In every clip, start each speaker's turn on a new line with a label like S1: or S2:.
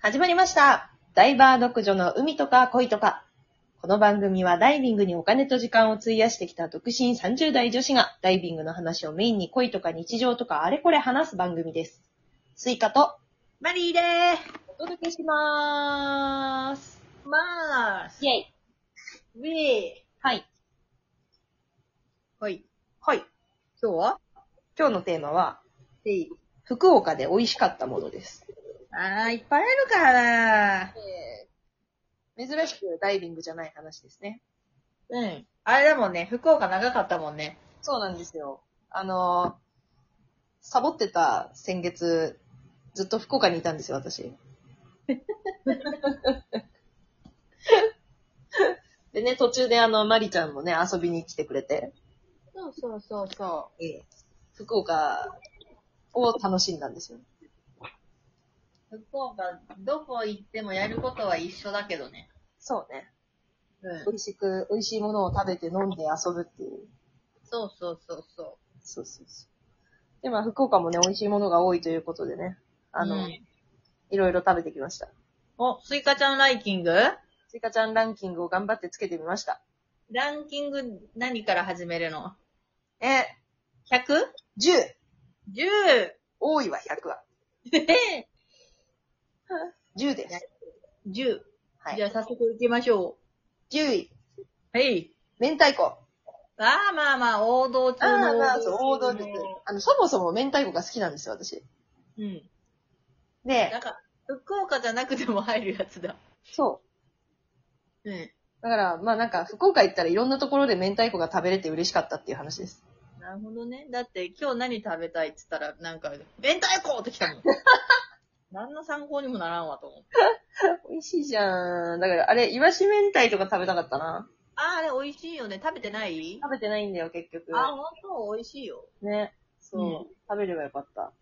S1: 始まりました。ダイバー独女の海とか恋とか。この番組はダイビングにお金と時間を費やしてきた独身30代女子がダイビングの話をメインに恋とか日常とかあれこれ話す番組です。スイカと
S2: マリーで
S1: お届けしまーす。
S2: ーまーす
S1: イェイ。
S2: ウェー
S1: はい。
S2: はい。
S1: はい。
S2: 今日は
S1: 今日のテーマは、
S2: えい。
S1: 福岡で美味しかったものです。
S2: あー、いっぱいあるからな
S1: 珍しくダイビングじゃない話ですね。
S2: うん。あれだもんね、福岡長かったもんね。
S1: そうなんですよ。あのー、サボってた先月、ずっと福岡にいたんですよ、 私。でね、途中であの、まりちゃんもね、遊びに来てくれて、
S2: そうそうそうそ
S1: 福岡を楽しんだんですよ。
S2: う。福岡、どこ行ってもやることは一緒だけどね。
S1: そうね。
S2: うん。
S1: 美味しく、美味しいものを食べて飲んで遊ぶっていう。
S2: そうそうそうそ
S1: そうそうそう。で、まあ、福岡もね、美味しいものが多いということでね、
S2: う。
S1: あの、
S2: うん
S1: いろいろ食べてきました。
S2: お、スイカちゃんライキング
S1: スイカちゃんランキングを頑張ってつけてみました。
S2: ランキング何から始めるの
S1: え、
S2: ?100?10!
S1: 10! 多いは100は。
S2: え
S1: 10です。
S2: ー !10!
S1: は
S2: じゃ
S1: い。
S2: あ早速行きましょ
S1: 10位、
S2: う。はい。
S1: 明太子。
S2: ああ、まあまあ、王道中
S1: ああ、
S2: の
S1: まあ、
S2: 中
S1: そう
S2: の、
S1: 王道です。あの、そもそも明太子が好きなんですよ、私。
S2: うん。
S1: で
S2: な、んか、福岡じゃなくても入るやつだ。
S1: そ
S2: うん。
S1: う。だから、まあなんか、福岡行ったらいろんなところで明太子が食べれて嬉しかったっていう話です。
S2: なるほどね。だって、今日何食べたいって言ったら、なんか、明太子って来た もん。何の参考にもならんわと思って。
S1: 美味しいじゃん。だから、あれ、いわし明太とか食べたかったな。
S2: あー、あれ美味しいよね。食べてない
S1: 食べてないんだよ、結局。
S2: あー、ほんと美味しいよ。
S1: ね。そう、
S2: うん
S1: 食べればよかった。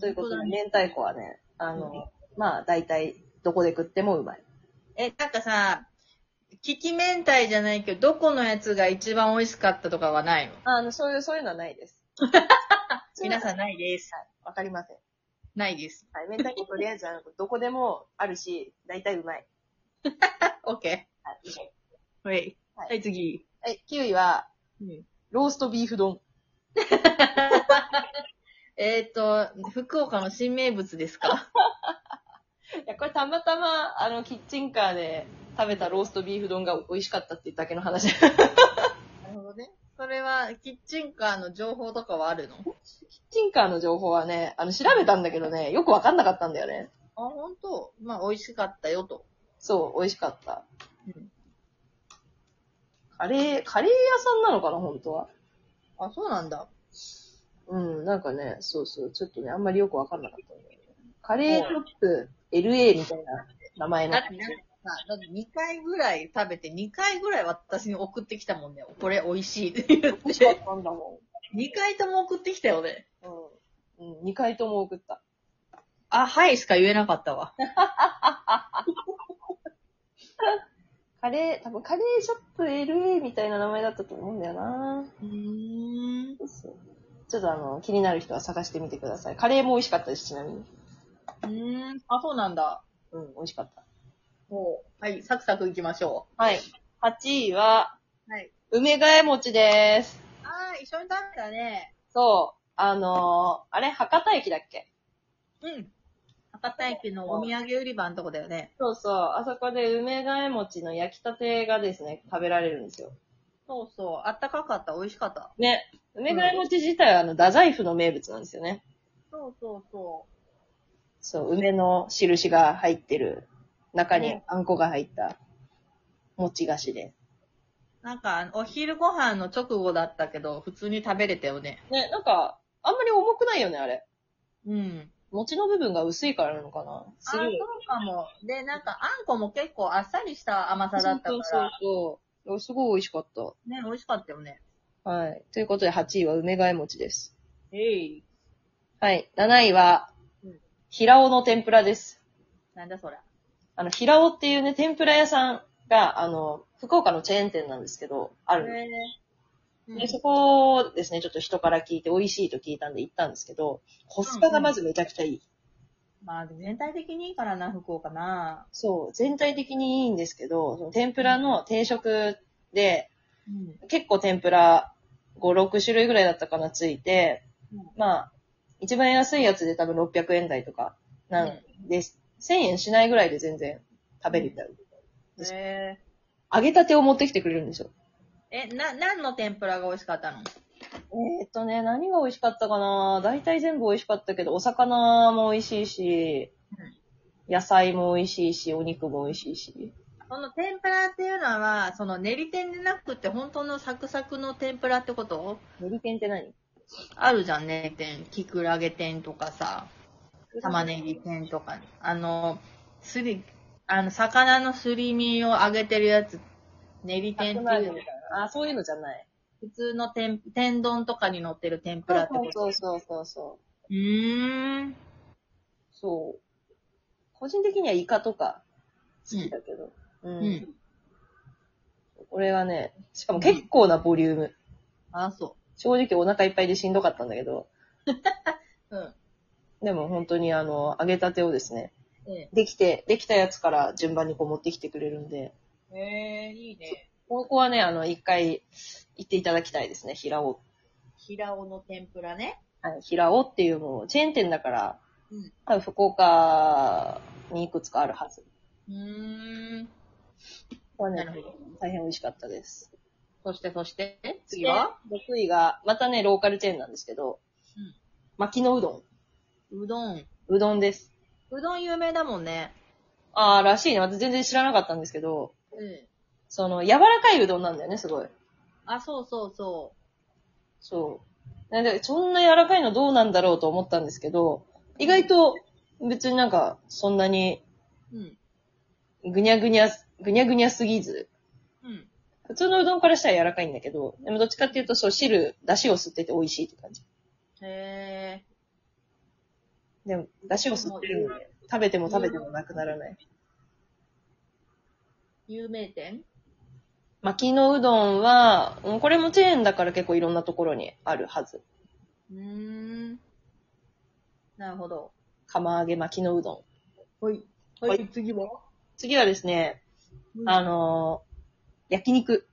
S1: ということで、
S2: 本当だ
S1: 明太子はね、あの、まあ、大体、どこで食ってもうまい。
S2: え、なんかさ、利き明太じゃないけど、どこのやつが一番美味しかったとかはないの
S1: あの、そういう、そういうのはない です。
S2: 皆さんないです。
S1: わかりません。
S2: ないです。
S1: はい。明太子とりあえず、あのどこでもあるし、大体うまい。
S2: オッケ
S1: はい。以上
S2: ー。はい。
S1: はい
S2: はい、次。
S1: はい、9位は、
S2: うん
S1: ローストビーフ丼。
S2: えっ、と、福岡の新名物ですか
S1: いや、これたまたま、あの、キッチンカーで食べたローストビーフ丼が美味しかったっていうだけの話。キッ
S2: なるほどね。それは、キッチンカーの情報とかはあるのあ、
S1: チンカーの情報はね、あの、調べたんだけどね、よくわかんなかったんだよね。
S2: ほんとまあ、美味しかったよと。
S1: そう、美味しかった。
S2: うん
S1: カレー、カレー屋さんなのかな、本当は。
S2: あ、そうなんだ。
S1: うん、なんかね、そうそう、ちょっとね、あんまりよくわかんなかったんだよね。カレートップ LA みたいな名前
S2: だ
S1: の
S2: っ。てなんかさ、だって2回ぐらい食べて、2回ぐらい私に送ってきたもんね。これ美味しいって言っ
S1: 美味しか
S2: て。
S1: ったんだも
S2: 2回とも送ってきたよね。
S1: ん。うん、2回とも送った。
S2: あ、はいしか言えなかったわ。
S1: カレー、多分カレーショップ LA みたいな名前だったと思うんだよな
S2: うーん。
S1: そうそうちょっとあの、気になる人は探してみてください。カレーも美味しかったです、ちなみに。
S2: うーん。あ、そうなんだ。
S1: うん、美味しかった。
S2: もう、はい、サクサクいきましょ
S1: はい。8位は、
S2: う。はい。
S1: 梅替え餅です。
S2: あー、一緒に食べたね。
S1: そう。あのー、あれ、博多駅だっけ
S2: うん。博多駅のお土産売り場のとこだよね。
S1: そうそう。あそこで梅替え餅の焼きたてがですね、食べられるんですよ。
S2: そうそう。あったかかった。美味しかった。
S1: ね。梅替え餅自体は、あの、太宰府の名物なんですよね。
S2: そうそうそ
S1: そう、梅の印が入ってる中に
S2: ね
S1: あんこが入った餅菓子で。
S2: う。なんか、お昼ご飯の直後だったけど、普通に食べれたよね。
S1: ね、なんか、あんまり重くないよね、あれ。
S2: うん。
S1: 餅の部分が薄いからなのかな
S2: あ、
S1: す
S2: そ
S1: ご
S2: う
S1: い。
S2: かも。で、なんか、あんこも結構あっさりした甘さだったから、
S1: そうそうそう。すごい美味しかった。
S2: ね、美味しかったよね。
S1: はい。ということで8位は梅替え餅です。
S2: えい。
S1: はい。7位は
S2: うん、
S1: 平尾の天ぷらです。
S2: なんだそりゃ。
S1: あの、平尾っていうね、天ぷら屋さんが、あの、福岡のチェーン店なんですけど、あ
S2: へ
S1: る。
S2: ぇ
S1: で、そこをですね、ちょっと人から聞いて、美味しいと聞いたんで行ったんですけど、コスパがまずめちゃくちゃいい。
S2: まあ、全体的にいいからな、福岡な。
S1: そう、全体的にいいんですけど、その天ぷらの定食で、
S2: うん。
S1: 結構天ぷら5、6種類ぐらいだったかな、ついて、
S2: うん
S1: まあ、一番安いやつで多分600円台とか、なんです、1000円しないぐらいで全然食べれた。
S2: へ
S1: 揚げたてを持ってきてくれるんですよ。
S2: え。え、な、何の天ぷらが美味しかったの
S1: えーっとね、何が美味しかったかな大体全部美味しかったけど、お魚も美味しいし、野菜も美味しいし、お肉も美味しいし。
S2: この天ぷらっていうのは、その練り天でなくて、本当のサクサクの天ぷらってこと
S1: 練り天って何
S2: あるじゃん、練り天。きくらげ天とかさ、玉ねぎ天とか。あの、すり、あの、魚のすり身を揚げてるやつ、練り
S1: 天
S2: 天
S1: ぷ
S2: って
S1: ら
S2: い
S1: み
S2: う
S1: たいな。あ、そういうのじゃない。
S2: 普通の天、天丼とかに乗ってる天ぷらってこと
S1: そうそうそうそう。
S2: うーん。
S1: そう。個人的にはイカとか好きだけど。うん。
S2: うん。
S1: これはね、しかも結構なボリューム。
S2: あ、そ
S1: 正直お腹いっぱいでしんどかったんだけど、
S2: う。うん。
S1: でも本当にあの、揚げたてをですね、
S2: え
S1: できて、できたやつから順番にこう持ってきてくれるんで、
S2: え。ええ、いいね。
S1: ここはね、あの、一回行っていただきたいですね、平尾。
S2: 平尾の天ぷらね。
S1: はい、平尾っていうもうチェーン店だから、
S2: うん
S1: 多分福岡にいくつかあるはず。
S2: うーん。
S1: これ
S2: な
S1: はね、
S2: るほど。
S1: 大変美味しかったです。
S2: そして、そして、次
S1: 次
S2: は
S1: は ?6 位が、またね、ローカルチェーンなんですけど、
S2: うん
S1: 牧野うどん。
S2: うどん。
S1: うどんです。
S2: うどん有名だもんね。
S1: あー、らしいね。私全然知らなかったんですけど、
S2: うん。
S1: その、柔らかいうどんなんだよね、すごい。
S2: あ、そうそうそ
S1: そう。なんで、そんな柔らかいのどうなんだろうと思ったんですけど、意外と、別になんか、そんなに、
S2: う。うん。
S1: ぐにゃぐにゃ、ぐにゃぐにゃすぎず、
S2: うん。
S1: 普通のうどんからしたら柔らかいんだけど、でもどっちかっていうと、そう、汁、出汁を吸ってて美味しいって感じ。
S2: へえ。
S1: でも、出汁を吸ってるんで、食べても食べてもなくならない。
S2: 有名店
S1: 巻きのうどんは、うんこれもチェーンだから結構いろんなところにあるはず。
S2: うーん。なるほど。
S1: 釜揚げ巻きのうどん。
S2: はい。、
S1: はい
S2: 次は
S1: 次はですね、あ
S2: あ
S1: のー焼肉。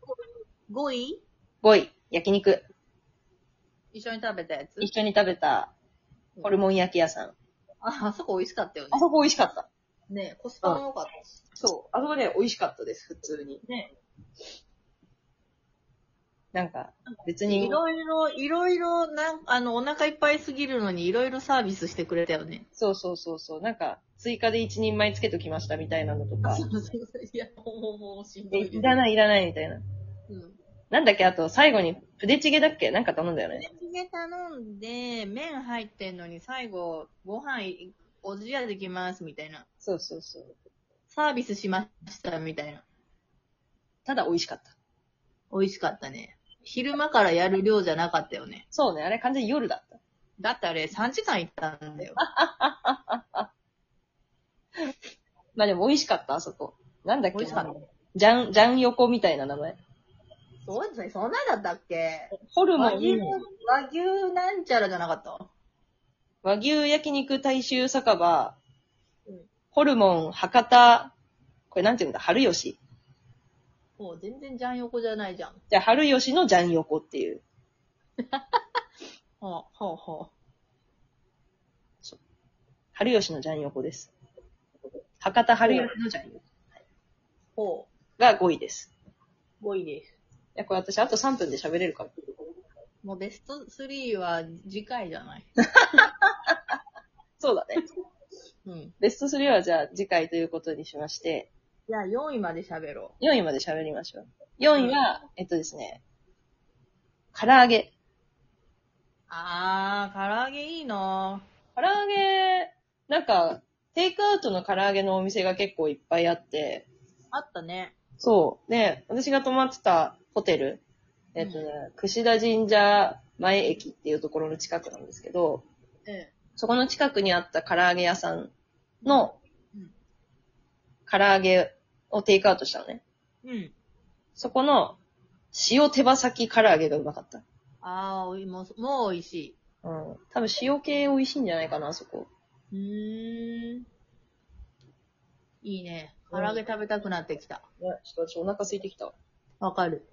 S2: 5位
S1: 5位、焼肉。
S2: 一緒に食べたやつ
S1: 一緒に食べた、ホルモン焼き屋さん。
S2: あ、あそこ美味しかったよね
S1: あ。そこ美味しかった。
S2: ねコスパも良かったし。
S1: そう。あそこね、美味しかったです、普通に。
S2: ね
S1: なんか、別
S2: い
S1: に、
S2: ろいろ、いろいろ、なんあの、お腹いっぱいすぎるのにいろいろサービスしてくれたよね。
S1: そうそうそうそう、なんか、追加で一人前つけときましたみたいなのとか、
S2: うそうそう。いや、もう、もう、しん
S1: え
S2: どい
S1: いらないいらないみたいな。
S2: うん。
S1: なんだっけ、あと、最後に、プデチゲだっけなんか頼んだよね。
S2: で、頼んで、麺入ってんのに最後、ご飯い、おじやできます、みたいな。
S1: そうそうそう。
S2: サービスしました、みたいな。
S1: ただ美味しかった。
S2: 美味しかったね。昼間からやる量じゃなかったよね。
S1: そうね、あれ完全に夜だった。
S2: だってあれ3時間行ったんだよ。
S1: まあでも美味しかった、あそこ。なんだっけ
S2: 美味しかった。
S1: ジャン、ジャン横みたいな名前。
S2: そうですね、そんなだったっけ
S1: ホルモ
S2: 和牛、
S1: ン、
S2: 和牛なんちゃらじゃなかった
S1: 和牛焼肉大衆酒場
S2: うん、
S1: ホルモン、博多、これなんていうんだ、春吉。
S2: もう全然ジャン横じゃないじゃん。
S1: じゃあ春吉のジャン横っていう。
S2: ほうほうほ
S1: 春吉のジャン横です。博多春吉のジャン横
S2: う。ほ
S1: が5位です。
S2: う。5位です。
S1: いや、これ私あと3分で喋れるから。
S2: もうベスト3は次回じゃない。
S1: そうだね。
S2: うん。
S1: ベスト3はじゃあ次回ということにしまして、
S2: じゃあ4位まで喋ろ
S1: 4位まで喋りましょう。4位は、えっとですね、唐揚げ。
S2: う。あー、唐揚げいいな
S1: 唐揚げ、なんか、テイクアウトの唐揚げのお店が結構いっぱいあって、
S2: ぁあったね。
S1: そう。で、私が泊まってたホテル、えっとね、串田神社前駅っていうところの近くなんですけど、
S2: え
S1: そこの近くにあった唐揚げ屋さんの
S2: うん、
S1: 唐揚げをテイクアウトしたのね。
S2: え。うん。
S1: そこの、塩手羽先唐揚げがうまかった。
S2: あー、おいもう、もう美味し
S1: うん。多分塩系美味しいんじゃないかな、あそこ。
S2: い。うーん。いいね。唐揚げ食べたくなってきた。
S1: ね、ちょっと私お腹空いてきた。
S2: わかる。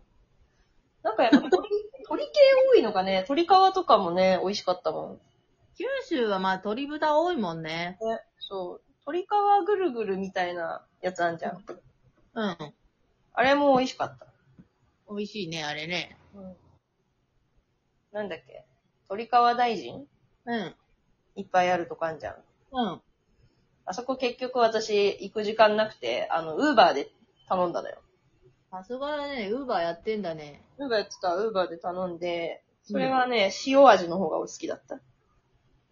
S1: なんかやっ ぱ鳥、鳥系多いのかね、鳥皮とかもね、美味しかったもん。
S2: 九州はまあ鶏豚多いもんね。
S1: ね、そう。鳥皮ぐるぐるみたいなやつあんじゃん。
S2: うん。
S1: あれも美味しかった。
S2: 美味しいね、あれね。
S1: うん。なんだっけ鳥皮大臣
S2: うん。
S1: いっぱいあるとこあんじゃん。
S2: うん。
S1: あそこ結局私行く時間なくて、あの、ウーバーで頼んだのよ。
S2: さすがだね、ウーバーやってんだね。
S1: ウーバーやってたウーバーで頼んで、それはね、塩味の方がお好きだった。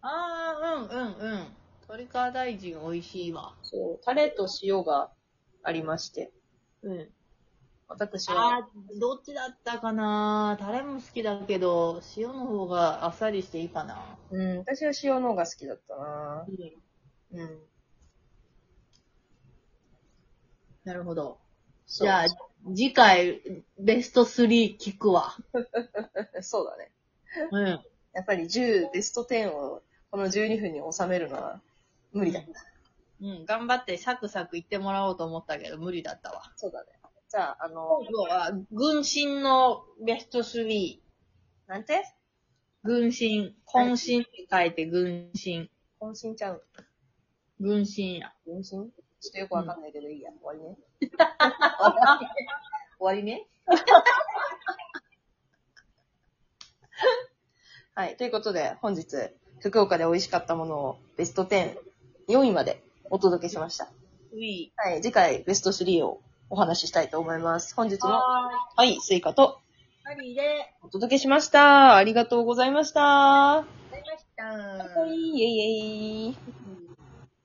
S2: あー、うんうんうん。鳥川大臣美味しいわ。
S1: そう、タレと塩がありまして。
S2: うん。
S1: 私は、
S2: あー、どっちだったかなタレも好きだけど、塩の方があっさりしていいかな
S1: うん、私は塩の方が好きだったな
S2: うん。
S1: うん。
S2: なるほど。
S1: そう
S2: じゃあ、次回、ベスト3聞くわ。
S1: そうだね。
S2: うん。
S1: やっぱり10、ベスト10をこの12分に収めるのは無理だった。
S2: うん、頑張ってサクサク言ってもらおうと思ったけど、無理だったわ。
S1: そうだね。じゃあ、あの、
S2: 今日は、軍神のベスト3。
S1: なんて
S2: 軍神。渾身って書いて軍神。
S1: 渾身ちゃう。
S2: 軍神や。
S1: 渾身ちょっとよくわかんないけどいいや。終わりね。
S2: 終わりね。
S1: はい。ということで、本日、福岡で美味しかったものをベスト10、4位までお届けしました。
S2: うい。
S1: はい。次回、ベスト3をお話ししたいと思います。本日も、
S2: は
S1: は
S2: ーい。
S1: い、スイカと
S2: パリで、
S1: お届けしました。ありがとうございました。
S2: ありがとうございました。
S1: はい、イェイイェイ。